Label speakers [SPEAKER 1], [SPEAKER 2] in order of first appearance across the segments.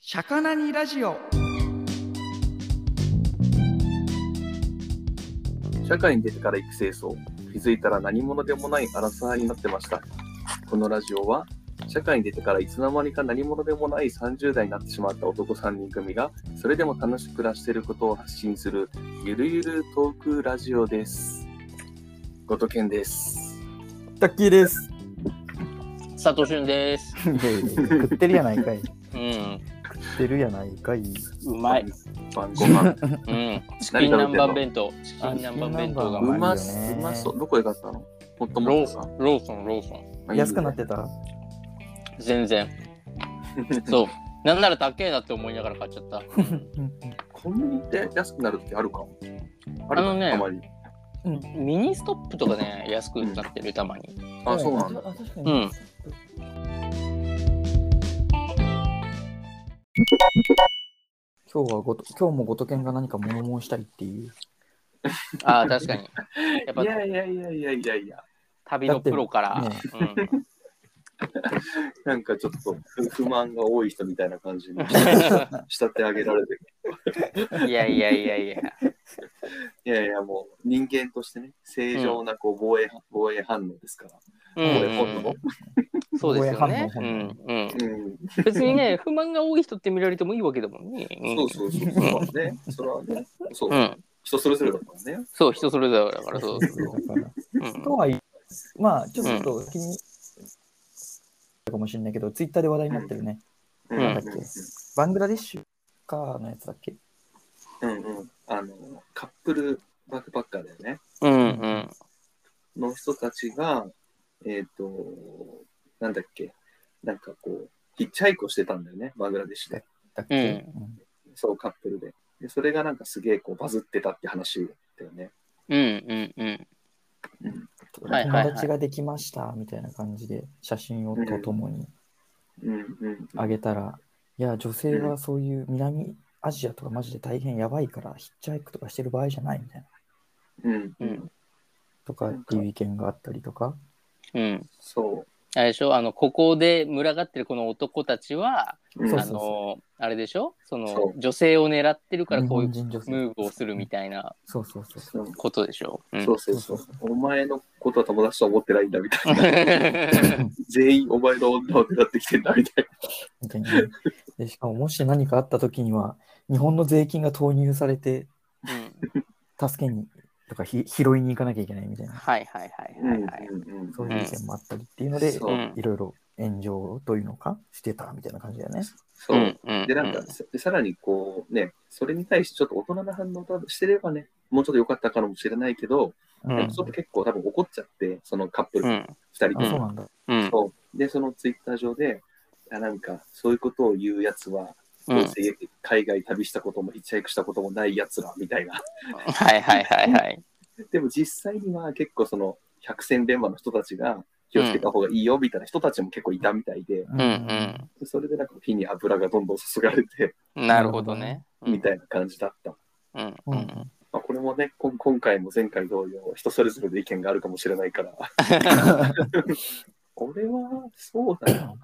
[SPEAKER 1] シャカナにラジオ。
[SPEAKER 2] 社会に出てから育成層気づいたら何者でもないアラサーになってましたこのラジオは社会に出てからいつの間にか何者でもない30代になってしまった男3人組がそれでも楽しく暮らしていることを発信するゆるゆるトークラジオですごとけんです
[SPEAKER 3] タッキーです。
[SPEAKER 4] 佐藤俊です。
[SPEAKER 3] 食ってるやないかい。食
[SPEAKER 4] うん。
[SPEAKER 3] ってるやないかい。
[SPEAKER 4] うまい。
[SPEAKER 2] 晩ご飯
[SPEAKER 4] うん。 チキン南蛮弁当。チキン南蛮弁当
[SPEAKER 2] う
[SPEAKER 4] が
[SPEAKER 3] あ
[SPEAKER 4] うまい
[SPEAKER 2] ま
[SPEAKER 3] いいよね
[SPEAKER 2] うまそうどこで買ったのホットモ
[SPEAKER 4] ロ
[SPEAKER 2] ッ
[SPEAKER 4] ー
[SPEAKER 2] ト
[SPEAKER 4] ソ
[SPEAKER 2] さん
[SPEAKER 4] ン、ローソン、ローソン。
[SPEAKER 2] まあいいよね
[SPEAKER 3] 安くなってた
[SPEAKER 4] 全然。 そう。なんなら高えなって思いながら買っちゃった。
[SPEAKER 2] コンビニって安くなる時あるかもあるか
[SPEAKER 4] あのね
[SPEAKER 2] たまに
[SPEAKER 4] ミニストップとかね、安くなってる、たまに。
[SPEAKER 2] あそうなんだ。
[SPEAKER 3] あ確か
[SPEAKER 4] う
[SPEAKER 3] に
[SPEAKER 4] ん。
[SPEAKER 3] 今日はごと今日もごとけんが何か物申したいっていう。
[SPEAKER 4] ああ、確かに。やっ
[SPEAKER 2] い
[SPEAKER 4] ぱ
[SPEAKER 2] やいやいやいやいやいや
[SPEAKER 4] 旅のプロから。
[SPEAKER 3] だっ
[SPEAKER 4] うん
[SPEAKER 2] なんかちょっと不不満が多い人みたいな感じに仕立て上げられてる。
[SPEAKER 4] いやいやいやい や。
[SPEAKER 2] いやいや、もう人間としてね、正常なこう防衛,、防衛反応ですから。
[SPEAKER 4] う
[SPEAKER 2] これ
[SPEAKER 4] ん
[SPEAKER 2] 今度も。
[SPEAKER 4] そうですよね。
[SPEAKER 3] 防衛反
[SPEAKER 4] うん。うん。
[SPEAKER 2] うん、
[SPEAKER 4] 別にね、不満が多い人って見られてもいいわけだもんね。ん
[SPEAKER 2] そうそうそう。そうだね。それはね、そう、
[SPEAKER 4] うん。
[SPEAKER 2] 人それぞれだもんね。
[SPEAKER 4] そう、人それぞれだから、そう。
[SPEAKER 3] だから
[SPEAKER 4] うん
[SPEAKER 3] とはいえ、まあちょっと気に、かもしれないけど、ツイッターで話題になってるね。
[SPEAKER 2] うんん
[SPEAKER 3] バングラディッシュかのやつだっけ。
[SPEAKER 2] うんうん。あの、カップルバックパッカーだよね。
[SPEAKER 4] うんうん。
[SPEAKER 2] の人たちが、えっ、と、なんだっけ、なんかこう、ヒッチハイクをしてたんだよね、バングラデシュで。
[SPEAKER 3] だっけ。
[SPEAKER 4] う
[SPEAKER 2] そう、カップルで。でそれがなんかすげえこうバズってたって話だよね。
[SPEAKER 4] うんうんうん。
[SPEAKER 3] うん
[SPEAKER 4] はいはいはい
[SPEAKER 3] 友達ができましたみたいな感じで写真をとともに
[SPEAKER 2] うんうん。
[SPEAKER 3] あげたら、いや、女性はそういう南アジアとかマジで大変やばいから、ヒッチハイクとかしてる場合じゃないみたい
[SPEAKER 2] う
[SPEAKER 3] な。
[SPEAKER 2] んう
[SPEAKER 4] うんん。
[SPEAKER 3] とかっていう意見があったりとか。
[SPEAKER 4] うん。
[SPEAKER 2] そ
[SPEAKER 4] あれでしょあの、ここで群がってるこの男たちは、
[SPEAKER 2] う。
[SPEAKER 3] そう
[SPEAKER 4] あの、あれでしょその
[SPEAKER 2] そ
[SPEAKER 4] 女性を狙ってるからこういう
[SPEAKER 3] 日本人女性
[SPEAKER 4] ムーブをするみたいな
[SPEAKER 3] そうそうそうそう。
[SPEAKER 2] うん
[SPEAKER 4] ことでしょうん
[SPEAKER 2] そうそうそう。お前のことは友達とは思ってないんだみたいな。
[SPEAKER 4] うん
[SPEAKER 2] 全員お前の女を狙ってきてんだみたい
[SPEAKER 3] みたいなね。で、しかももし何かあった時には、日本の税金が投入されて、助けにとかひ拾いに行かなきゃいけないみたいな、
[SPEAKER 4] はいはいはい
[SPEAKER 2] な。
[SPEAKER 4] はいはい。
[SPEAKER 2] うん
[SPEAKER 3] そういう意見もあったりっていうので、
[SPEAKER 2] そう
[SPEAKER 4] うん
[SPEAKER 3] いろいろ炎上というのか、してたみたいな感じだよね。
[SPEAKER 2] そう。
[SPEAKER 4] うんう
[SPEAKER 2] で、なんか、ささらにこうね、それに対してちょっと大人な反応をしてればね、もうちょっと良かったかもしれないけど、
[SPEAKER 3] う
[SPEAKER 2] で
[SPEAKER 3] ん
[SPEAKER 2] もちょっと結構多分怒っちゃって、そのカップル
[SPEAKER 4] う
[SPEAKER 2] 2
[SPEAKER 4] ん
[SPEAKER 2] 人
[SPEAKER 3] あ、
[SPEAKER 2] と
[SPEAKER 3] そう
[SPEAKER 2] も
[SPEAKER 3] なんだ。
[SPEAKER 4] うん
[SPEAKER 2] そうで、そのツイッター上で、あなんか、そういうことを言うやつは、
[SPEAKER 4] うん
[SPEAKER 2] どうせ海外旅したことも、ヒッチハイクしたこともないやつら、みたいな。
[SPEAKER 4] はいはいはいはい。
[SPEAKER 2] でも実際には結構その百戦錬磨の人たちが気をつけた方がいいよみたいな人たちも結構いたみたいで、
[SPEAKER 3] う
[SPEAKER 4] うんうん。
[SPEAKER 2] それでなんか火に油がどんどん注がれて
[SPEAKER 4] なるほどね。
[SPEAKER 2] みたいな感じだった。
[SPEAKER 4] うん
[SPEAKER 3] う
[SPEAKER 4] うんん。
[SPEAKER 2] まあ、これもね、こん今回も前回同様、人それぞれで意見があるかもしれないから。 俺はそうだな。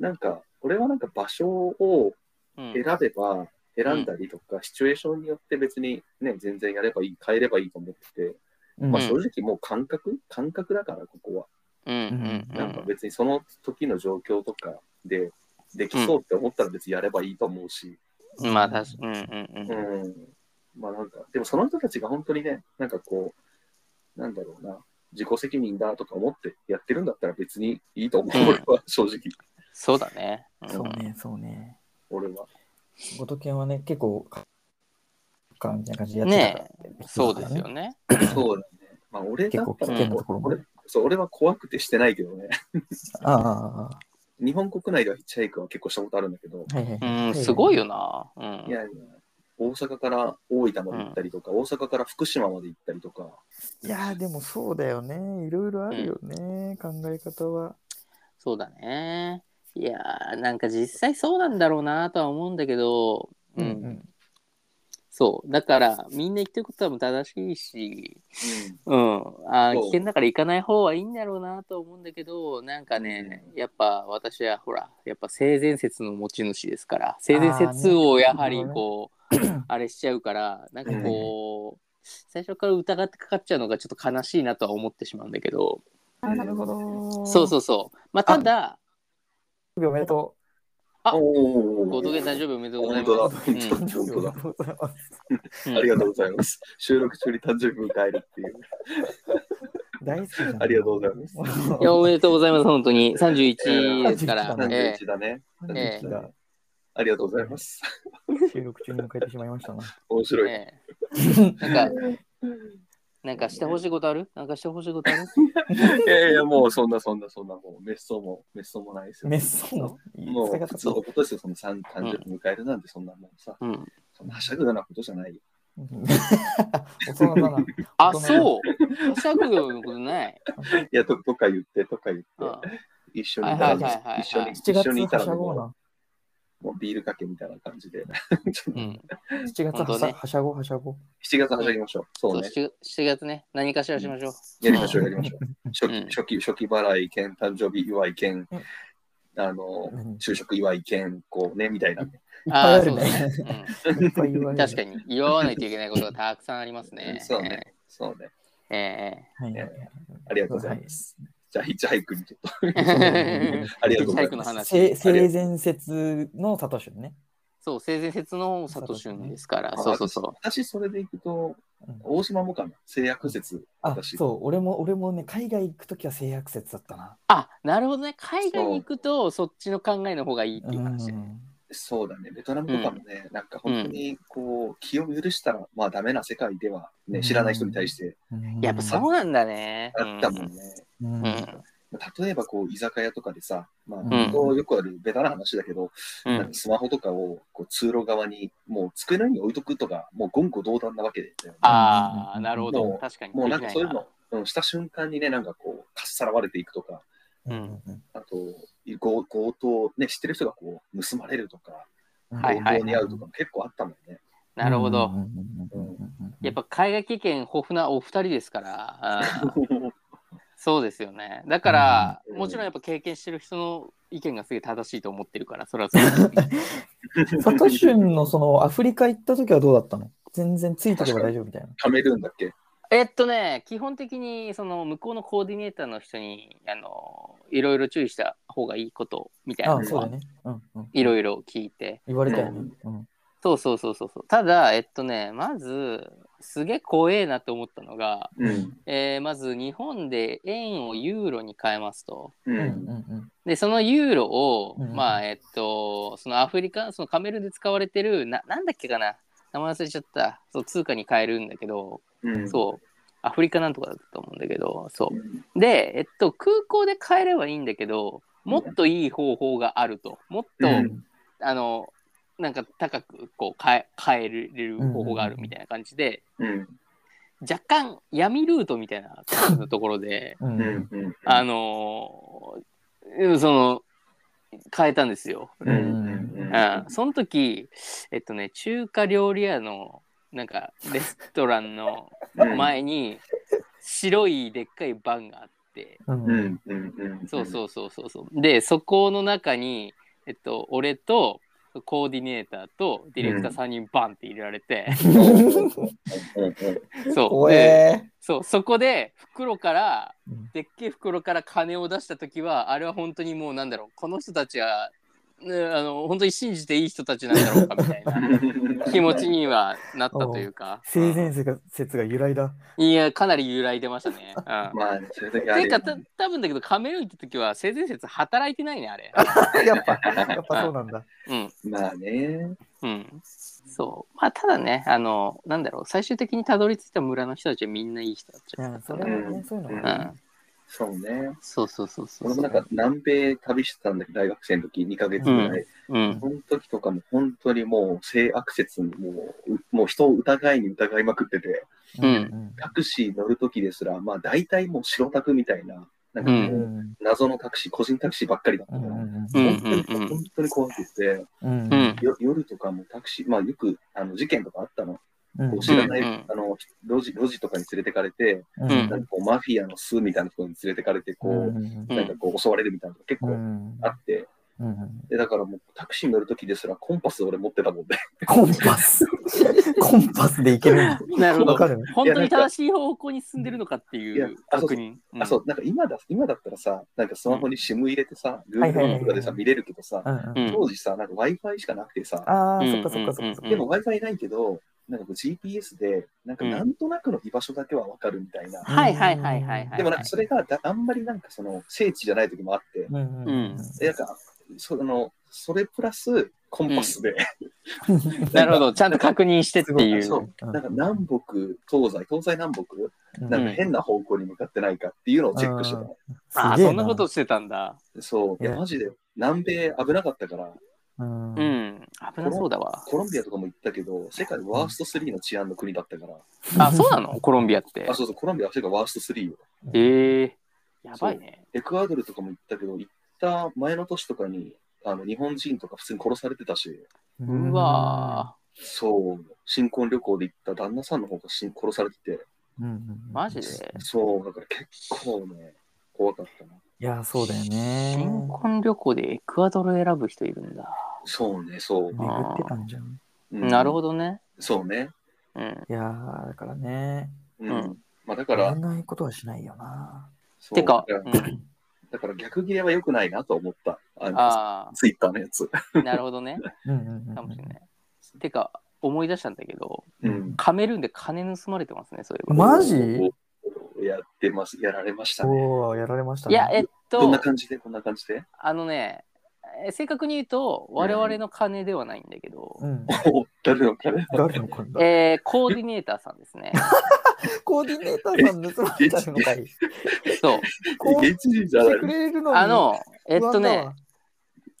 [SPEAKER 2] なんか、俺はなんか場所を
[SPEAKER 4] うん
[SPEAKER 2] 選べば、選んだりとか、シチュエーションによって別にね、全然やればいい、変えればいいと思ってて、
[SPEAKER 3] うん
[SPEAKER 2] まあ正直もう感覚、感覚だから、ここは。
[SPEAKER 4] うんうんう
[SPEAKER 2] なんか
[SPEAKER 4] ん。
[SPEAKER 2] 別にその時の状況とかでできそうって思ったら別にやればいいと思うし、
[SPEAKER 4] まあ確かに。うんうん
[SPEAKER 2] う
[SPEAKER 4] うん。
[SPEAKER 2] ん、まあなんか、でもその人たちが本当にね、なんかこう、なんだろうな、自己責任だとか思ってやってるんだったら別にいいと思う、
[SPEAKER 4] うん
[SPEAKER 2] 俺は正直、
[SPEAKER 4] そうだね。ん
[SPEAKER 3] そうね、そうね。
[SPEAKER 2] 俺 は。
[SPEAKER 3] ごとけんはね、結構、かかみたいな感じでやってた
[SPEAKER 4] ね
[SPEAKER 3] か
[SPEAKER 4] え
[SPEAKER 3] ら、
[SPEAKER 4] そうですよね。
[SPEAKER 2] そうだね。まあ俺だった
[SPEAKER 3] 結構危
[SPEAKER 2] ら
[SPEAKER 3] 険なところも
[SPEAKER 2] 俺そう、俺は怖くてしてないけどね、
[SPEAKER 3] あああ
[SPEAKER 2] 日本国内ではヒッチハイクは結構したことあるんだけど、
[SPEAKER 3] あ、はいはい。
[SPEAKER 4] うん、すごいよな。うん
[SPEAKER 2] い。やいや、大阪から大分まで行ったりとか、大阪から福島まで行ったりとか、
[SPEAKER 3] いやーでもそうだよね。いろいろあるよね。考え方は。
[SPEAKER 4] そうだね。いやーなんか実際そうなんだろうなとは思うんだけど、うん
[SPEAKER 3] うん
[SPEAKER 4] そう。だから、みんな言ってることはもう正しいし、うん、あー
[SPEAKER 2] そう
[SPEAKER 4] 危険だから行かない方がいいんだろうなと思うんだけどなんかね、やっぱ私はほらやっぱ性善説の持ち主ですから性善説をやはりこうあ,、 れしちゃうからなんかこう、最初から疑ってかかっちゃうのがちょっと悲しいなとは思ってしまうんだけど、
[SPEAKER 2] うん
[SPEAKER 3] なるほど。。
[SPEAKER 4] そうそううそうまあただ
[SPEAKER 3] 誕生日おめでと
[SPEAKER 4] あ
[SPEAKER 2] おー
[SPEAKER 4] ごとげ誕生日おめでとうござい
[SPEAKER 2] 本
[SPEAKER 4] ま
[SPEAKER 2] 当だ
[SPEAKER 4] す。
[SPEAKER 3] う。
[SPEAKER 2] 本当だ
[SPEAKER 3] ございます。
[SPEAKER 4] うん
[SPEAKER 2] ありがとうございます。収録中に誕生日迎えるっていう。
[SPEAKER 3] 大好きじゃん
[SPEAKER 2] ありがとうございます
[SPEAKER 4] いやおめでとうございます本当に31ですか
[SPEAKER 3] あ
[SPEAKER 4] ら、
[SPEAKER 3] 31
[SPEAKER 4] ええ
[SPEAKER 2] 31だね。
[SPEAKER 4] ええ
[SPEAKER 3] 大好
[SPEAKER 2] ありがとうございます。
[SPEAKER 3] きだ収録中に迎えてしまいました な。
[SPEAKER 2] 面白い。
[SPEAKER 4] ええなんかなんかしてほしいことあるなんかしてほしいことある
[SPEAKER 2] いやいや、もうそんなそんなそんな、もう滅相も滅相もないですよ。
[SPEAKER 3] メッソの言い
[SPEAKER 2] もう
[SPEAKER 3] 方
[SPEAKER 2] 普通の
[SPEAKER 3] と。
[SPEAKER 2] ことですよ、その3 30日迎えるなんて、そんなもんさ、
[SPEAKER 4] うん、
[SPEAKER 2] そんなはしゃぐようなことじゃないよ。
[SPEAKER 3] うん大人だな。
[SPEAKER 4] あ、そう。はしゃぐのことない。
[SPEAKER 2] いや、ととか言って、とか言
[SPEAKER 4] うん
[SPEAKER 2] って、一緒にいた
[SPEAKER 3] はいはい
[SPEAKER 4] はいはいは
[SPEAKER 2] ら、
[SPEAKER 4] い
[SPEAKER 2] 一緒に
[SPEAKER 3] 7
[SPEAKER 2] 一緒にい
[SPEAKER 3] 月
[SPEAKER 2] たら
[SPEAKER 3] は しゃごう
[SPEAKER 2] も
[SPEAKER 3] な。
[SPEAKER 2] う、もうビールかけみたいな感じで、
[SPEAKER 4] うん。
[SPEAKER 3] 7月
[SPEAKER 4] 本
[SPEAKER 3] は
[SPEAKER 4] 当
[SPEAKER 3] しゃ
[SPEAKER 4] ね
[SPEAKER 3] はしゃごうはしゃごう。
[SPEAKER 2] 7月はしゃぎましょう。
[SPEAKER 4] そ
[SPEAKER 2] そう
[SPEAKER 4] う、
[SPEAKER 2] ね。
[SPEAKER 4] 7月ね、何かしらしましょう。
[SPEAKER 2] やりましょう、やりましょう。初
[SPEAKER 4] うん
[SPEAKER 2] 期、初期、初期払い兼、誕生日祝い兼
[SPEAKER 3] うん、
[SPEAKER 2] あの、
[SPEAKER 3] うんいっ
[SPEAKER 2] 就職祝い兼、こうね、みたいな。
[SPEAKER 3] ぱいあ
[SPEAKER 4] ああ、そ
[SPEAKER 3] る
[SPEAKER 4] うだ
[SPEAKER 3] ね。
[SPEAKER 4] ね。
[SPEAKER 3] いっぱい言われ
[SPEAKER 4] う
[SPEAKER 3] る。
[SPEAKER 4] ん確かに、祝わないといけないことがたくさんありますね。
[SPEAKER 2] そうね。そうね。
[SPEAKER 4] ええ。
[SPEAKER 3] はいはいはい。
[SPEAKER 2] ありがとうございます。じゃあ、ヒッチハイクにちょっ
[SPEAKER 4] ええ。
[SPEAKER 2] と、ありがとうござい
[SPEAKER 4] ヒッチハイクの
[SPEAKER 2] ます。
[SPEAKER 4] 話
[SPEAKER 3] せ性善説のサトシね。
[SPEAKER 4] そう、生前説のサトシュンですから、
[SPEAKER 2] あ
[SPEAKER 4] そうそうそ
[SPEAKER 2] 私、それでいくと
[SPEAKER 3] うん、
[SPEAKER 2] 大島もかな、制約説。
[SPEAKER 3] あ、
[SPEAKER 2] 私
[SPEAKER 3] そう、俺も、俺もね、海外行くときは性悪説だったな。
[SPEAKER 4] う。あ、なるほどね。海外に行くと、そっちの考えの方がいいっていう話。
[SPEAKER 2] そうだね、ベトナムとかもね、なんか本当にこう、気を許したら、まあダメな世界では、
[SPEAKER 3] うん
[SPEAKER 2] ね、知らない人に対して
[SPEAKER 3] うん
[SPEAKER 4] やっぱそうなんだね。
[SPEAKER 2] あったもんね。
[SPEAKER 3] うん
[SPEAKER 4] うん。うん。
[SPEAKER 2] 例えばこう、居酒屋とかでさ、まあ、
[SPEAKER 3] うん
[SPEAKER 2] 本当よくあるベタな話だけど、
[SPEAKER 4] う
[SPEAKER 2] なん
[SPEAKER 4] ん
[SPEAKER 2] か。スマホとかをこう通路側に、もう机の上に置いとくとか、もう言語道断なわけで、
[SPEAKER 4] ああ、なるほ
[SPEAKER 2] も
[SPEAKER 4] ど。
[SPEAKER 2] う
[SPEAKER 4] 確かに。
[SPEAKER 2] もうなんか
[SPEAKER 4] でき
[SPEAKER 2] そういうの、うん、した瞬間にね、なんかこう、かっさらわれていくとか、
[SPEAKER 4] うん
[SPEAKER 2] あと、強強盗、ね、知ってる人がこう、盗まれるとか、
[SPEAKER 4] はいは
[SPEAKER 2] 強
[SPEAKER 4] い
[SPEAKER 2] 盗に遭うとかも結構あったもんね。
[SPEAKER 4] なるほど。。
[SPEAKER 3] や
[SPEAKER 4] やっ
[SPEAKER 3] っ
[SPEAKER 4] ぱ海外経験豊富なお二人ですから、あ ーそうですよね。だから、
[SPEAKER 2] うん
[SPEAKER 4] もちろんやっぱ経験してる人の意見がすげえ正しいと思ってるから、それはそうだし
[SPEAKER 3] ぱ、サ トシュンのそのアフリカ行ったときはどうだったの全然ついてけば大丈夫みたいな。
[SPEAKER 2] カメルーンだっけ
[SPEAKER 4] えっとね、基本的にその向こうのコーディネーターの人にあのいろいろ注意した方がいいことみたいな
[SPEAKER 3] あ、
[SPEAKER 4] の
[SPEAKER 3] そうだ
[SPEAKER 4] は
[SPEAKER 3] ね。うんうん。
[SPEAKER 4] いろいろ聞いて、
[SPEAKER 3] 言われたよね。うん。
[SPEAKER 4] そうそうそうそうそう。ただ、えっとね、まずすげえ怖えなって思ったのが、
[SPEAKER 2] うん。
[SPEAKER 4] えーまず日本で円をユーロに変えますと。
[SPEAKER 2] う
[SPEAKER 3] うんう
[SPEAKER 2] ん。
[SPEAKER 3] んうん
[SPEAKER 4] でそのユーロを、
[SPEAKER 3] うん
[SPEAKER 4] まあえっとそのアフリカそのカメルーンで使われてるななんだっけかな名前忘れちゃったそう通貨に変えるんだけど、
[SPEAKER 2] うん。
[SPEAKER 4] そうアフリカなんとかだったと思うんだけどそううんでえっと空港で変えればいいんだけどもっといい方法があるともっ
[SPEAKER 2] う
[SPEAKER 4] と、
[SPEAKER 2] ん
[SPEAKER 4] あのなんか高くこう変え変えれる方法があるみたいな感じで、
[SPEAKER 2] うん。
[SPEAKER 4] 若干闇ルートみたいな感じのところで。
[SPEAKER 3] うん
[SPEAKER 2] う
[SPEAKER 3] うん
[SPEAKER 2] ん。うん。
[SPEAKER 4] あのーその変えたんですよ。
[SPEAKER 2] うん。うん。うん。
[SPEAKER 4] うん、その時えっとね中華料理屋のなんかレストランの前に白いでっかいバンがあって
[SPEAKER 3] うん
[SPEAKER 2] う
[SPEAKER 3] うん
[SPEAKER 2] ん。うん。うん。
[SPEAKER 4] そうそうそうそうそうでそこの中にえっと俺とコーディネーターとディレクター3人バンって入れら れて、
[SPEAKER 2] うん。うん。うん。
[SPEAKER 4] そう
[SPEAKER 3] 怖
[SPEAKER 4] で
[SPEAKER 3] え
[SPEAKER 4] そうそこで袋から
[SPEAKER 3] うん
[SPEAKER 4] でっけえ袋から金を出した時はあれは本当にもうなんだろうこの人たちは、ね、あの本当に信じていい人たちなんだろうかみたい な気持ちにはなったというか
[SPEAKER 3] 性善説が由来だ。
[SPEAKER 4] いやかなり揺らいでましたね。うん
[SPEAKER 2] まあ、それだけあ
[SPEAKER 4] て
[SPEAKER 2] れ
[SPEAKER 4] いうかた多分だけどカメルーンって時は性善説働いてないねあれ。
[SPEAKER 3] やっぱ、やっぱそうなんだ。
[SPEAKER 4] うん
[SPEAKER 2] まあね。
[SPEAKER 4] うん、そうまあただねあのなんだろう最終的にたどり着いた村の人たちはみんないい人たち
[SPEAKER 3] い
[SPEAKER 4] だ
[SPEAKER 3] や
[SPEAKER 4] っ、た
[SPEAKER 3] そ
[SPEAKER 4] か
[SPEAKER 3] れ
[SPEAKER 4] ら、
[SPEAKER 3] はね、そういうの
[SPEAKER 4] う
[SPEAKER 3] が
[SPEAKER 4] ん、
[SPEAKER 2] そうね。
[SPEAKER 4] そうそうそうそう
[SPEAKER 2] 俺
[SPEAKER 4] そ
[SPEAKER 2] もなん
[SPEAKER 4] う
[SPEAKER 2] か、南米旅してたんだけど、大学生の時、2ヶ月ぐらい。
[SPEAKER 4] うん
[SPEAKER 2] その時とかも、本当にもう、性悪説に、もう、もう人を疑いに疑いまくってて、
[SPEAKER 4] うん
[SPEAKER 2] タクシー乗る時ですら、まあ、大体もう白タクみたいな、なんか
[SPEAKER 3] う
[SPEAKER 2] こう、
[SPEAKER 3] ん
[SPEAKER 2] 謎のタクシー、個人タクシーばっかりだった
[SPEAKER 3] う
[SPEAKER 2] か
[SPEAKER 3] ん
[SPEAKER 2] ら、
[SPEAKER 3] うん
[SPEAKER 4] うん
[SPEAKER 2] 本当に
[SPEAKER 4] うんうん
[SPEAKER 2] 本当に怖くて、
[SPEAKER 3] うん
[SPEAKER 4] うん
[SPEAKER 2] よ夜とかもタクシー、まあよくあの事件とかあったの、
[SPEAKER 3] うん
[SPEAKER 2] こう知らない、
[SPEAKER 4] うんうん
[SPEAKER 2] あの路地路地とかに連れてかれて、
[SPEAKER 3] うん
[SPEAKER 4] うん
[SPEAKER 2] なんかこうマフィアの巣みたいなところに連れてかれてこう、
[SPEAKER 3] うん
[SPEAKER 2] なんかこう襲われるみたいなのが結
[SPEAKER 3] う
[SPEAKER 2] 構
[SPEAKER 3] ん
[SPEAKER 2] あって、
[SPEAKER 3] うん
[SPEAKER 2] でだからもうタクシー乗るときですらコンパス俺持ってたもんで、
[SPEAKER 3] コンパス。コンパスでいけるん
[SPEAKER 4] なるほ
[SPEAKER 3] だ。わ
[SPEAKER 4] ど
[SPEAKER 3] かる
[SPEAKER 4] 本当に正しい方向に進んでるのかって
[SPEAKER 2] い
[SPEAKER 4] い
[SPEAKER 2] や
[SPEAKER 4] う
[SPEAKER 2] あそう
[SPEAKER 4] 確認
[SPEAKER 2] あそうなんか今だ今だったらさなんかスマホに SIM 入れてさ、
[SPEAKER 3] はいはい
[SPEAKER 4] はい
[SPEAKER 2] Google とかでさ見れるけどさ、
[SPEAKER 3] うんうん
[SPEAKER 4] うん
[SPEAKER 2] 当時さなんか Wi-Fi しかなくてさ、
[SPEAKER 3] ああ、
[SPEAKER 4] うん
[SPEAKER 3] そっかそっかそっかそっ
[SPEAKER 4] うん
[SPEAKER 3] か。
[SPEAKER 2] でも Wi-Fi ないけどなんかこう GPS でなんかなんとなくの居場所だけはわかるみたいな、
[SPEAKER 4] はいはいはいはいはい
[SPEAKER 2] でもなんかそれがだあんまりなんかその聖地じゃない時もあって、
[SPEAKER 3] うんうんうん
[SPEAKER 2] でなんかそのそれプラスコンパスで、
[SPEAKER 4] なるほどちゃんと確認してってい
[SPEAKER 2] そううなんか南北東西東西南北なんか変な方向に向かってないかっていうのをチェックしてた、
[SPEAKER 4] あーそんなことしてたんだ
[SPEAKER 2] そういや
[SPEAKER 3] ね
[SPEAKER 2] マジで南米危なかったから
[SPEAKER 3] うん
[SPEAKER 4] う。ん危なそうだわ
[SPEAKER 2] コロンビアとかも行ったけど世界ワースト3の治安の国だったから、
[SPEAKER 4] あそうなのコロンビアって
[SPEAKER 2] あそうそうコロンビアは世界ワースト3よ
[SPEAKER 4] ええやばいね
[SPEAKER 2] エクアドルとかも行ったけど行った前の年とかにあの日本人とか普通に殺されてたし
[SPEAKER 4] うわ
[SPEAKER 2] そう新婚旅行で行った旦那さんの方がしん殺されてて
[SPEAKER 3] うんうん
[SPEAKER 4] ーマジで
[SPEAKER 2] そうだから結構ね怖かったない
[SPEAKER 3] や、そうだよね。
[SPEAKER 4] 新婚旅行でエクアドル選ぶ人いるんだ
[SPEAKER 2] そうねそう、
[SPEAKER 3] 巡ってたんじゃん。
[SPEAKER 4] なるほ
[SPEAKER 2] ど
[SPEAKER 4] どね
[SPEAKER 2] そうね
[SPEAKER 4] うん
[SPEAKER 3] いやー、だからね。
[SPEAKER 2] うん、
[SPEAKER 4] うん
[SPEAKER 2] まあだか
[SPEAKER 3] やら
[SPEAKER 2] ら
[SPEAKER 3] ないことはしないよな。
[SPEAKER 2] そう
[SPEAKER 4] てか
[SPEAKER 2] だら
[SPEAKER 4] うん
[SPEAKER 2] だから逆切れは良くないなと思った。あの
[SPEAKER 4] あ
[SPEAKER 2] ツイッターのやつ。
[SPEAKER 4] あなるほどね
[SPEAKER 3] うんうんうん
[SPEAKER 4] かもしれないてか思い出したんだけど
[SPEAKER 2] うん。
[SPEAKER 4] カメルーンで金盗まれてますねそういえば
[SPEAKER 3] マジ
[SPEAKER 2] やってます。やられましたね。
[SPEAKER 3] おお、やられました
[SPEAKER 4] い
[SPEAKER 3] ね。
[SPEAKER 4] やえっ
[SPEAKER 2] どん
[SPEAKER 4] と
[SPEAKER 2] な感じでこんな感じで
[SPEAKER 4] あのねえー正確に言うと我々の金ではないんだけど、
[SPEAKER 3] うん、
[SPEAKER 2] お誰の彼
[SPEAKER 3] 誰の金だ
[SPEAKER 4] えーコーディネーターさんですね
[SPEAKER 3] コーディネーターさん盗まれたの かい。
[SPEAKER 4] そう
[SPEAKER 3] こうし
[SPEAKER 2] 現地人じゃな
[SPEAKER 3] て
[SPEAKER 2] い
[SPEAKER 3] く
[SPEAKER 2] の
[SPEAKER 3] れるのに。
[SPEAKER 4] あの
[SPEAKER 3] 不
[SPEAKER 4] え
[SPEAKER 3] 安
[SPEAKER 4] っ
[SPEAKER 3] だわ、
[SPEAKER 4] とね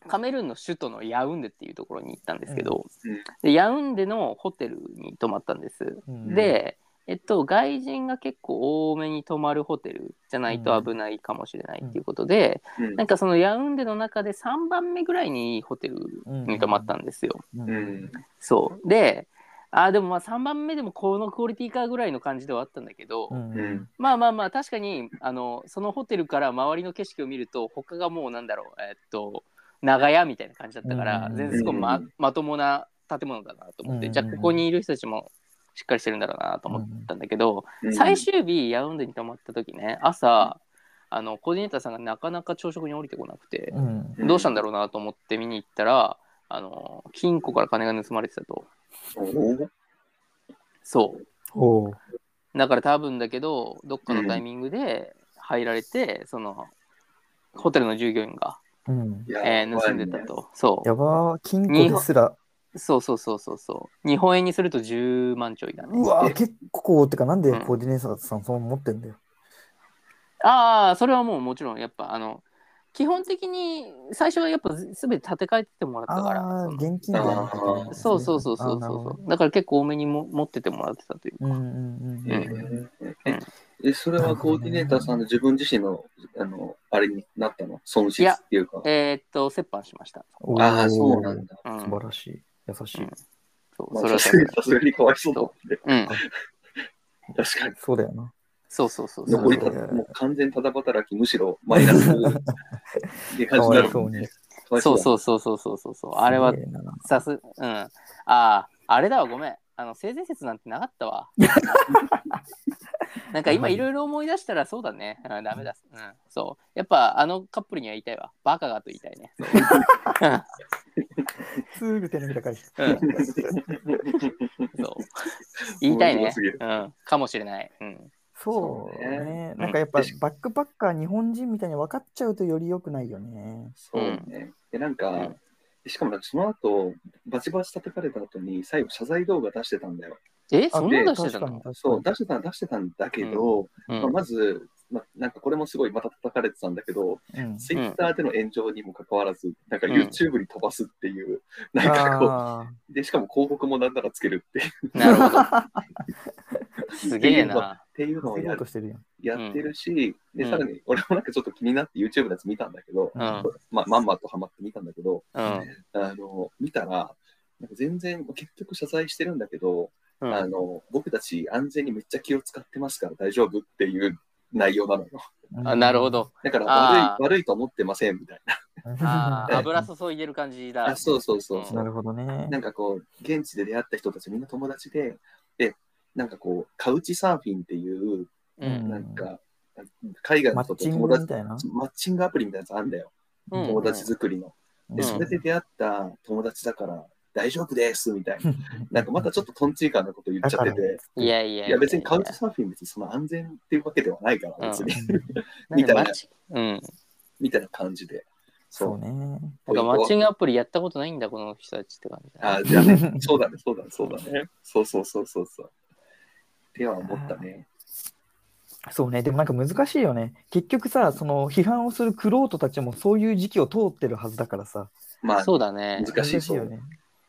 [SPEAKER 4] カメルーンの首都のヤウンデっていうところに行ったんですけど、
[SPEAKER 2] うんうん
[SPEAKER 4] でヤウンデのホテルに泊まったんです、
[SPEAKER 3] うん、
[SPEAKER 4] でえっと外人が結構多めに泊まるホテルじゃないと危ないかもしれないっていうことで、
[SPEAKER 2] うん
[SPEAKER 4] なんかそのヤウンデの中で3番目ぐらいにいいホテルに泊まったんですよ、
[SPEAKER 3] う、
[SPEAKER 2] うんん。
[SPEAKER 4] そうであーでもまあ3番目でもこのクオリティかぐらいの感じではあったんだけど、
[SPEAKER 3] うん
[SPEAKER 2] う
[SPEAKER 3] うんん。
[SPEAKER 4] まあまあまあ確かにあのそのホテルから周りの景色を見ると他がもうなんだろうえっと長屋みたいな感じだったから
[SPEAKER 3] うん
[SPEAKER 4] 全然すごいま
[SPEAKER 2] うん
[SPEAKER 4] まともな建物だなと思って
[SPEAKER 3] うん
[SPEAKER 4] じゃあここにいる人たちもしっかりしてるんだろうなと思ったんだけど
[SPEAKER 2] うん
[SPEAKER 4] 最終日ヤウンデに泊まった時ね朝あのコーディネーターさんがなかなか朝食に降りてこなくて
[SPEAKER 3] うん
[SPEAKER 4] どうしたんだろうなと思って見に行ったらあの金庫から金が盗まれてたと
[SPEAKER 2] おー
[SPEAKER 4] そう
[SPEAKER 3] おお。
[SPEAKER 4] だから多分だけどどっかのタイミングで入られて、そのホテルの従業員が、
[SPEAKER 3] うん。
[SPEAKER 2] や
[SPEAKER 4] えー盗んでたと、そ
[SPEAKER 3] やばー、金庫ですら。
[SPEAKER 4] うそうそうそうそうそう日本円にすると10万ちょいだね
[SPEAKER 3] うわー、結構、てか、なんで
[SPEAKER 4] うん
[SPEAKER 3] コーディネーターさん、その持ってんだよ。
[SPEAKER 4] ああそれはもうもちろんやっぱあの基本的に最初はやっぱ全て建て替えてもらったから
[SPEAKER 3] ああー、
[SPEAKER 4] その
[SPEAKER 3] 現金じゃなかったね
[SPEAKER 4] そうそうそうそう
[SPEAKER 3] あーなる
[SPEAKER 4] そう
[SPEAKER 3] ほど
[SPEAKER 4] そうだから結構多めにも持っててもらってたという
[SPEAKER 3] うんうんうん
[SPEAKER 2] う
[SPEAKER 3] うんん。
[SPEAKER 2] ええ、それはコーディネーターさんの自分自身の、あの、あれになったの損失っていうか。
[SPEAKER 4] えーっと折半しました、
[SPEAKER 3] おー
[SPEAKER 2] ああ、そうなんだ。
[SPEAKER 4] うん、
[SPEAKER 3] 素晴らしい。優しい。
[SPEAKER 4] そう
[SPEAKER 2] まあ
[SPEAKER 4] それは
[SPEAKER 2] さ
[SPEAKER 4] そ
[SPEAKER 2] す
[SPEAKER 4] う
[SPEAKER 2] がにさすがにかわいそうだもんね。
[SPEAKER 4] うん
[SPEAKER 2] 確かに。
[SPEAKER 3] そうだよな。
[SPEAKER 4] そうそうそうそう
[SPEAKER 2] 残りた、
[SPEAKER 3] そうだね
[SPEAKER 2] もう完全ただ働き、むしろマイナスで感じになる
[SPEAKER 3] かわいそ
[SPEAKER 2] も
[SPEAKER 3] うんに
[SPEAKER 2] ね。
[SPEAKER 4] そう
[SPEAKER 2] う。
[SPEAKER 4] そうそうそうそうそうそうあれは
[SPEAKER 3] すげえな
[SPEAKER 4] さす、うん。ああ、あれだわ、ごめん。あの、性善説なんてなかったわ。なんか今いろいろ思い出したらそうだね。うん、ダメだ。うん、そう。やっぱあのカップルには言いたいわ。バカがと言いたいね。
[SPEAKER 3] すぐ手のひら返して。
[SPEAKER 4] うん、そう。言いたい
[SPEAKER 2] 面白
[SPEAKER 4] ね
[SPEAKER 2] すぎる。
[SPEAKER 4] うん、かもしれない。うん。
[SPEAKER 3] そう
[SPEAKER 2] そうね
[SPEAKER 3] ね。なんかやっぱバックパッカー日本人みたいに分かっちゃうとより良くないよね。
[SPEAKER 2] そうね。で、なんか、
[SPEAKER 4] うん
[SPEAKER 2] しかもなんかその後、バチバチ叩かれた後に、最後謝罪動画出してたんだよ。
[SPEAKER 4] え、そんな
[SPEAKER 2] で
[SPEAKER 4] のして
[SPEAKER 3] 確
[SPEAKER 4] た
[SPEAKER 3] かに
[SPEAKER 4] の、
[SPEAKER 3] 確かに。
[SPEAKER 2] そう、出してた、出してたんだけど、
[SPEAKER 4] う
[SPEAKER 2] まあ、
[SPEAKER 4] ん、
[SPEAKER 2] まず、まあ、なんかこれもすごいまた叩かれてたんだけど、
[SPEAKER 3] うん
[SPEAKER 2] ツイッターでの炎上にもかかわらず、なんか
[SPEAKER 4] うん
[SPEAKER 2] YouTube に飛ばすっていう、なんかこ
[SPEAKER 3] あー
[SPEAKER 2] う、で、しかも広告もなんならつけるっていう、っ
[SPEAKER 4] なるほど。すげえな。
[SPEAKER 2] ていうのを
[SPEAKER 3] 稼ご
[SPEAKER 2] や
[SPEAKER 3] うとしてるやん。
[SPEAKER 2] やってるし、で、
[SPEAKER 4] うん
[SPEAKER 2] さらに俺もなんかちょっと気になって YouTube のやつ見たんだけど、
[SPEAKER 4] う
[SPEAKER 3] うん
[SPEAKER 4] ん、
[SPEAKER 2] まあ、まんまとハマって見たんだけど、
[SPEAKER 4] うん、
[SPEAKER 2] あの見たら、なんか全然、結局謝罪してるんだけど、
[SPEAKER 4] うん
[SPEAKER 2] あの僕たち安全にめっちゃ気を使ってますから大丈夫っていう内容なのよ。
[SPEAKER 4] あなるほ。ど。
[SPEAKER 2] だから
[SPEAKER 4] あ
[SPEAKER 2] 悪い悪いと思ってませんみたいな。
[SPEAKER 4] あー
[SPEAKER 2] うん
[SPEAKER 4] 油注いでる感じだ。
[SPEAKER 2] あそうそうそうそ
[SPEAKER 3] な
[SPEAKER 2] う。
[SPEAKER 3] るほどね。
[SPEAKER 2] なんかこう現地で出会った人たちみんな友達ででなんかこうカウチサーフィンっていう
[SPEAKER 4] うん。
[SPEAKER 2] なんか海外
[SPEAKER 3] マ
[SPEAKER 2] の人と
[SPEAKER 3] ッチン
[SPEAKER 2] 友
[SPEAKER 3] グ
[SPEAKER 2] 達
[SPEAKER 3] みたいな。
[SPEAKER 2] マッチングアプリみたいなやつあんだよ
[SPEAKER 4] うん
[SPEAKER 2] 友達作りの。
[SPEAKER 3] うん
[SPEAKER 2] でそれで出会った友達だから大丈夫ですみたいな。なんかまたちょっとトンチーカンなこと言っちゃってて。
[SPEAKER 4] いやいや
[SPEAKER 2] いや別にカウチサーフィン別にその安全っていうわけではないから 別に、
[SPEAKER 4] なんか
[SPEAKER 2] みたいな
[SPEAKER 4] マッチうん。
[SPEAKER 2] みたいな感じで。
[SPEAKER 3] そうね。
[SPEAKER 4] なんかマッチングアプリやったことないんだ、この人たちって感じだ。
[SPEAKER 2] あじゃあね、そうだね、そうだね、そうだね。そうそうそうそうそう。っては思ったね。
[SPEAKER 3] そうね。でもなんか難しいよね。結局さ、その批判をするクロートたちもそういう時期を通ってるはずだからさ。
[SPEAKER 2] まあ、
[SPEAKER 4] そうだね。
[SPEAKER 2] 難しい
[SPEAKER 3] よね。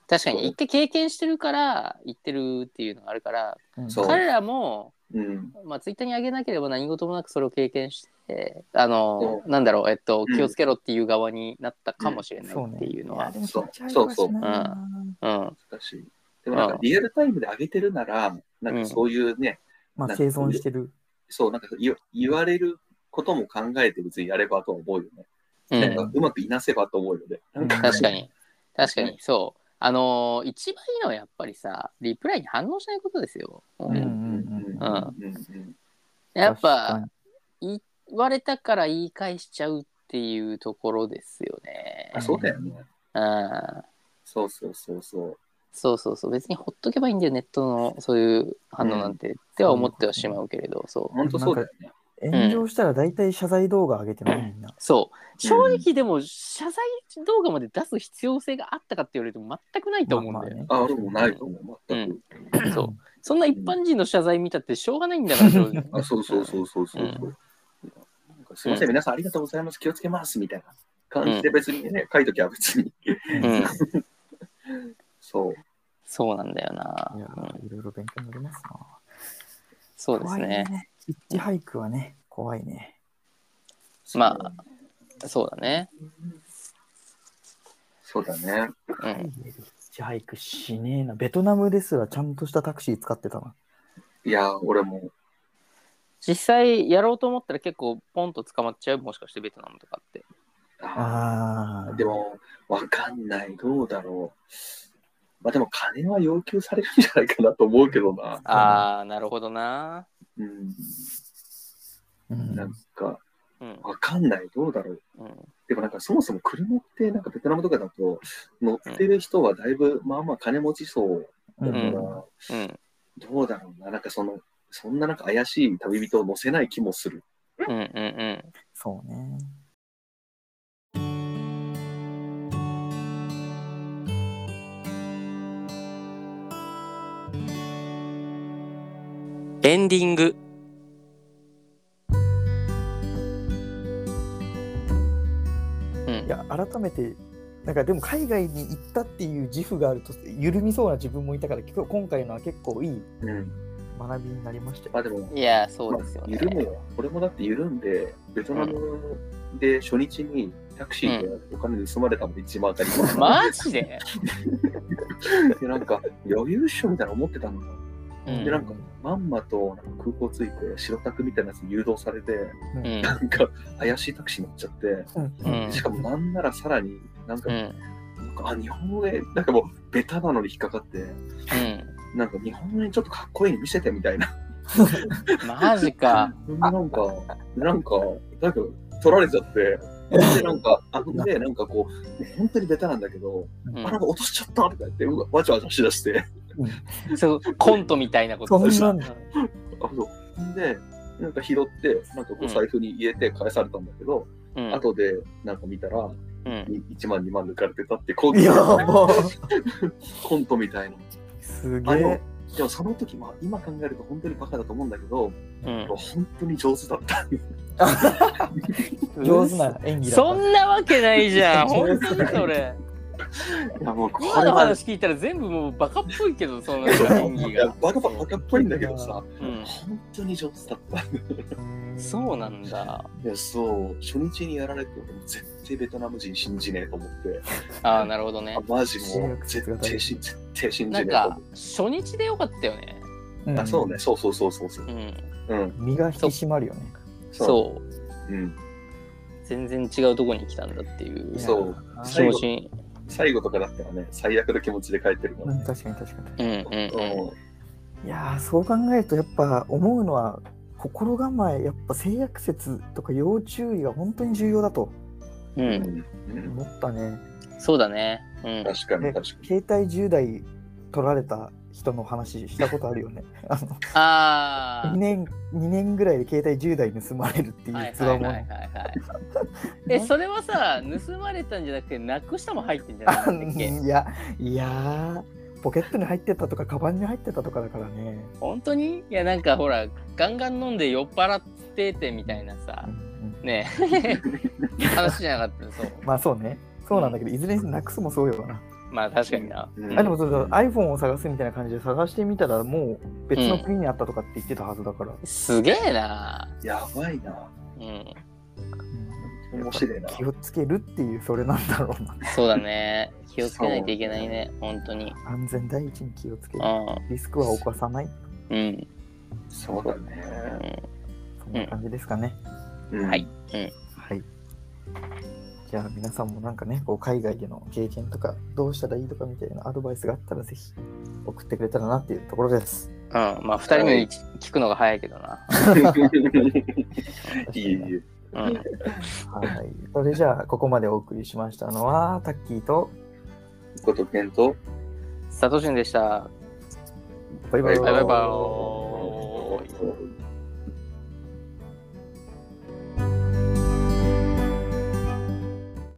[SPEAKER 4] 確かに、一回経験してるから、言ってるっていうのがあるから、
[SPEAKER 3] うん
[SPEAKER 2] そう
[SPEAKER 4] 彼らも、
[SPEAKER 2] うん。
[SPEAKER 4] まあ、ツイッターに上げなければ何事もなくそれを経験して、あの、なんだろう、えっと、
[SPEAKER 2] うん
[SPEAKER 4] 気をつけろっていう側になったかもしれないっていうのは。
[SPEAKER 3] でも
[SPEAKER 2] そう
[SPEAKER 3] そっち入りはしないな
[SPEAKER 4] うん。
[SPEAKER 2] 難しい。でもなんかリアルタイムで上げてるなら、なんかそういうね、
[SPEAKER 3] まあ生存してる。
[SPEAKER 2] そう、なんか言言われることも考えて別にやればとは思うよね。
[SPEAKER 4] うん
[SPEAKER 2] なんかうまくいなせばと思うよね。なんか
[SPEAKER 4] 確かに確かにそうあのー一番いいのはやっぱりさリプライに反応しないことですよ、
[SPEAKER 2] うんうんうんうん
[SPEAKER 4] やっ
[SPEAKER 3] 確
[SPEAKER 4] ぱ
[SPEAKER 3] かに
[SPEAKER 4] 言われたから言い返しちゃうっていうところですよね
[SPEAKER 2] あそうだよね。
[SPEAKER 4] うん
[SPEAKER 2] そうそうそうそう。
[SPEAKER 4] そうそうそう別にほっとけばいいんだよネットのそういう反応なんて、っては思ってはしまうけれどそう
[SPEAKER 2] 本当そうだよね。
[SPEAKER 3] 炎上したら大体謝罪動画上げてないみんな。
[SPEAKER 4] そう正直でも謝罪動画まで出す必要性があったかって言われると全くないと思うんだよ、ね
[SPEAKER 2] あ、俺もないと思う。全く。
[SPEAKER 4] そうそんな一般人の謝罪見たってしょうがないんだから正直
[SPEAKER 2] あ、そうそうそうそうそうそう。なんかすみません、皆さんありがとうございます。気をつけます。みたいな感じで別にね、書いときは別に。
[SPEAKER 4] うん
[SPEAKER 2] そう。
[SPEAKER 4] そうなんだよな。
[SPEAKER 3] いや
[SPEAKER 4] うん
[SPEAKER 3] ーいろいろ勉強になりますな。
[SPEAKER 4] そうですね。
[SPEAKER 3] 怖い。ヒッチハイクはね、怖いね。
[SPEAKER 4] まあそうだね。
[SPEAKER 2] そうだね。
[SPEAKER 4] うん。
[SPEAKER 3] ヒッチハイクしねえな。ベトナムですらちゃんとしたタクシー使ってたな。
[SPEAKER 2] いや、俺も、
[SPEAKER 4] 実際やろうと思ったら結構ポンと捕まっちゃうもしかしてベトナムとかって。
[SPEAKER 2] あ
[SPEAKER 3] ああ。
[SPEAKER 2] ーでも、わかんない。どうだろう。まあでも、金は要求されるんじゃないかなと思うけどな。
[SPEAKER 4] ああ、なるほどな。
[SPEAKER 2] うん。
[SPEAKER 3] うん、
[SPEAKER 2] なんか、
[SPEAKER 4] うん。
[SPEAKER 2] わかんない。どうだろう。
[SPEAKER 4] うん。
[SPEAKER 2] でもなんかそもそも車ってなんかベトナムとかだと乗ってる人はだいぶまあまあ金持ちそうだから、
[SPEAKER 4] うん
[SPEAKER 2] ど
[SPEAKER 4] うん。
[SPEAKER 2] うだろうな、なんかその、そんななんか怪しい旅人を乗せない気もする。
[SPEAKER 4] うん。うん。
[SPEAKER 3] そうね。
[SPEAKER 4] エンディング。うん
[SPEAKER 3] い。や、改めて、なんかでも海外に行ったっていう自負があると、緩みそうな自分もいたから、今日今回のは結構いい
[SPEAKER 2] うん。
[SPEAKER 3] 学びになりましたよ。
[SPEAKER 2] まあでも、
[SPEAKER 4] いや、そうですよね。
[SPEAKER 2] 緩むよ。俺もだって緩んで、ベトナムで初日にタクシーでお金盗まれたので一番当たり前。
[SPEAKER 4] マジで、
[SPEAKER 2] で、なんか余裕っしょみたいな思ってたんだよ。
[SPEAKER 4] う、
[SPEAKER 2] で、なんんかまんまとなんか空港着いて白タクみたいなやつに誘導されて、
[SPEAKER 3] う
[SPEAKER 4] うん。
[SPEAKER 2] なんか怪しいタクシー乗っちゃって、
[SPEAKER 4] うん
[SPEAKER 2] しかもなんならさらになんか
[SPEAKER 4] う、ん。
[SPEAKER 2] なんかあ日本語でなんかもうベタなのに引っかかってなんか日本語にちょっとかっこいいの見せてみたいな
[SPEAKER 4] うん。マジか。
[SPEAKER 2] なんかなんかなんか取られちゃってでなんかあでなんかこう本当にベタなんだけど、
[SPEAKER 4] う
[SPEAKER 2] あなん
[SPEAKER 4] ん
[SPEAKER 2] か落としちゃったとか言ってうわわちゃわちゃしだして
[SPEAKER 4] そう、コントみたいなことでし
[SPEAKER 3] そ
[SPEAKER 4] ょ
[SPEAKER 3] んなん
[SPEAKER 2] あそうでなんか拾ってなんかこ
[SPEAKER 4] うん
[SPEAKER 2] う財布に入れて返されたんだけど、
[SPEAKER 4] うん
[SPEAKER 2] 後でなんか見たら
[SPEAKER 4] うん
[SPEAKER 2] 1万2万抜かれてたってコン
[SPEAKER 3] いや
[SPEAKER 2] ト,、
[SPEAKER 3] ば
[SPEAKER 2] コントみたいな
[SPEAKER 3] すげ
[SPEAKER 2] あの
[SPEAKER 3] え。
[SPEAKER 2] でもその時、まあ、今考えると本当にバカだと思うんだけど、
[SPEAKER 4] うん
[SPEAKER 2] 本当に上手だ った。
[SPEAKER 3] 上手な演技だった。
[SPEAKER 4] そんなわけないじゃん。
[SPEAKER 3] 上
[SPEAKER 4] 本
[SPEAKER 3] 手
[SPEAKER 4] 当にそれ。
[SPEAKER 2] いやもうこ
[SPEAKER 4] 今
[SPEAKER 2] れ
[SPEAKER 4] の
[SPEAKER 2] は
[SPEAKER 4] 話聞いたら全部もうバカっぽいけど、そのなんか演技
[SPEAKER 2] いや
[SPEAKER 4] が。
[SPEAKER 2] バカバカバカっぽいんだけどさ、
[SPEAKER 4] うん
[SPEAKER 2] 本当に上手だった。
[SPEAKER 4] そうな んだ。
[SPEAKER 2] いや、そう、初日にやられて、俺も絶対ベトナム人信じねえと思って、
[SPEAKER 4] ああ、なるほどね
[SPEAKER 2] あ。マジもう
[SPEAKER 3] 信
[SPEAKER 2] 絶
[SPEAKER 3] じなくて
[SPEAKER 2] 対信じ、絶対信
[SPEAKER 4] な
[SPEAKER 2] じ
[SPEAKER 4] ん
[SPEAKER 2] ねえと思
[SPEAKER 4] か
[SPEAKER 2] って。、
[SPEAKER 4] 初日でよかったよね。
[SPEAKER 3] うん
[SPEAKER 2] あそうね、。そうそうそうそうそう
[SPEAKER 4] う。ん。
[SPEAKER 2] うん、
[SPEAKER 3] 身が引き締まるよね。
[SPEAKER 4] そう。
[SPEAKER 2] うん。
[SPEAKER 4] 全然違うとこに来たんだっていう
[SPEAKER 3] いや
[SPEAKER 2] そう
[SPEAKER 3] あ
[SPEAKER 4] 気
[SPEAKER 2] 最
[SPEAKER 4] 持
[SPEAKER 2] 後
[SPEAKER 4] ちに。
[SPEAKER 2] 最後とかだったらね、最悪の気持ちで帰ってるか
[SPEAKER 3] う
[SPEAKER 2] ら
[SPEAKER 3] ん、
[SPEAKER 2] ね。
[SPEAKER 3] 確かに確か
[SPEAKER 4] うんうんう
[SPEAKER 2] う
[SPEAKER 4] ん。
[SPEAKER 2] ん
[SPEAKER 3] に。いやーそう考えるとやっぱ思うのは心構えやっぱ性悪説とか要注意が本当に重要だと
[SPEAKER 4] う、
[SPEAKER 2] うんんうん
[SPEAKER 3] 思ったね。
[SPEAKER 4] そうだね。うん。
[SPEAKER 2] 確かに
[SPEAKER 3] ね
[SPEAKER 2] 確かに。
[SPEAKER 3] 携帯10台取られた人の話したことある よね。あの
[SPEAKER 4] あ
[SPEAKER 3] 2年 ,2 年ぐらいで携帯10台盗まれるって
[SPEAKER 4] あ。はいいう
[SPEAKER 3] つ
[SPEAKER 4] は
[SPEAKER 3] わ
[SPEAKER 4] い
[SPEAKER 3] も
[SPEAKER 4] はい
[SPEAKER 3] の。
[SPEAKER 4] はいはい。え、それはさ、盗まれたんじゃなくて、なくしたも入ってんじゃな
[SPEAKER 3] あ
[SPEAKER 4] いんだっけ
[SPEAKER 3] いや、いやー、ポケットに入ってたとか、カバンに入ってたとかだからね。
[SPEAKER 4] 本当にいや、なんかほら、ガンガン飲んで酔っ払っててみたいなさ
[SPEAKER 3] うんう、ん
[SPEAKER 4] ね え話じゃなかった、そう。
[SPEAKER 3] まあそうね。そうなんだけど、いずれにせよなくすもそうよな。
[SPEAKER 4] まあ確かにな。
[SPEAKER 2] うん
[SPEAKER 3] あでもそうそう iPhone を探すみたいな感じで探してみたら、もう別の国にあったとかって言ってたはずだから。
[SPEAKER 4] すげえな。
[SPEAKER 2] やばいな。
[SPEAKER 4] うん。
[SPEAKER 3] うん
[SPEAKER 2] 面白いな。
[SPEAKER 3] 気をつけるっていう、それなんだろうな。
[SPEAKER 4] そうだね。気をつけないといけないね、本当に。
[SPEAKER 3] 安全第一に気をつける。
[SPEAKER 4] う
[SPEAKER 3] リスクは起こさない。
[SPEAKER 4] ん。うん。
[SPEAKER 2] そうだね。
[SPEAKER 3] そんな感じですかね。
[SPEAKER 2] うん
[SPEAKER 4] はい。
[SPEAKER 3] はい。じゃあ皆さんもなんかね、こう海外での経験とか、どうしたらいいとかみたいなアドバイスがあったら、ぜひ送ってくれたらなっていうところです。
[SPEAKER 4] うん。まあ、二人目に聞くのが早いけどな。
[SPEAKER 2] いいいい。
[SPEAKER 4] うん。
[SPEAKER 3] はい。それじゃあ、ここまでお送りしましたのは、タッキーと、
[SPEAKER 2] ことけんと。
[SPEAKER 4] サトシンでした。
[SPEAKER 3] バイバイ。
[SPEAKER 4] バイバイ
[SPEAKER 2] ーイ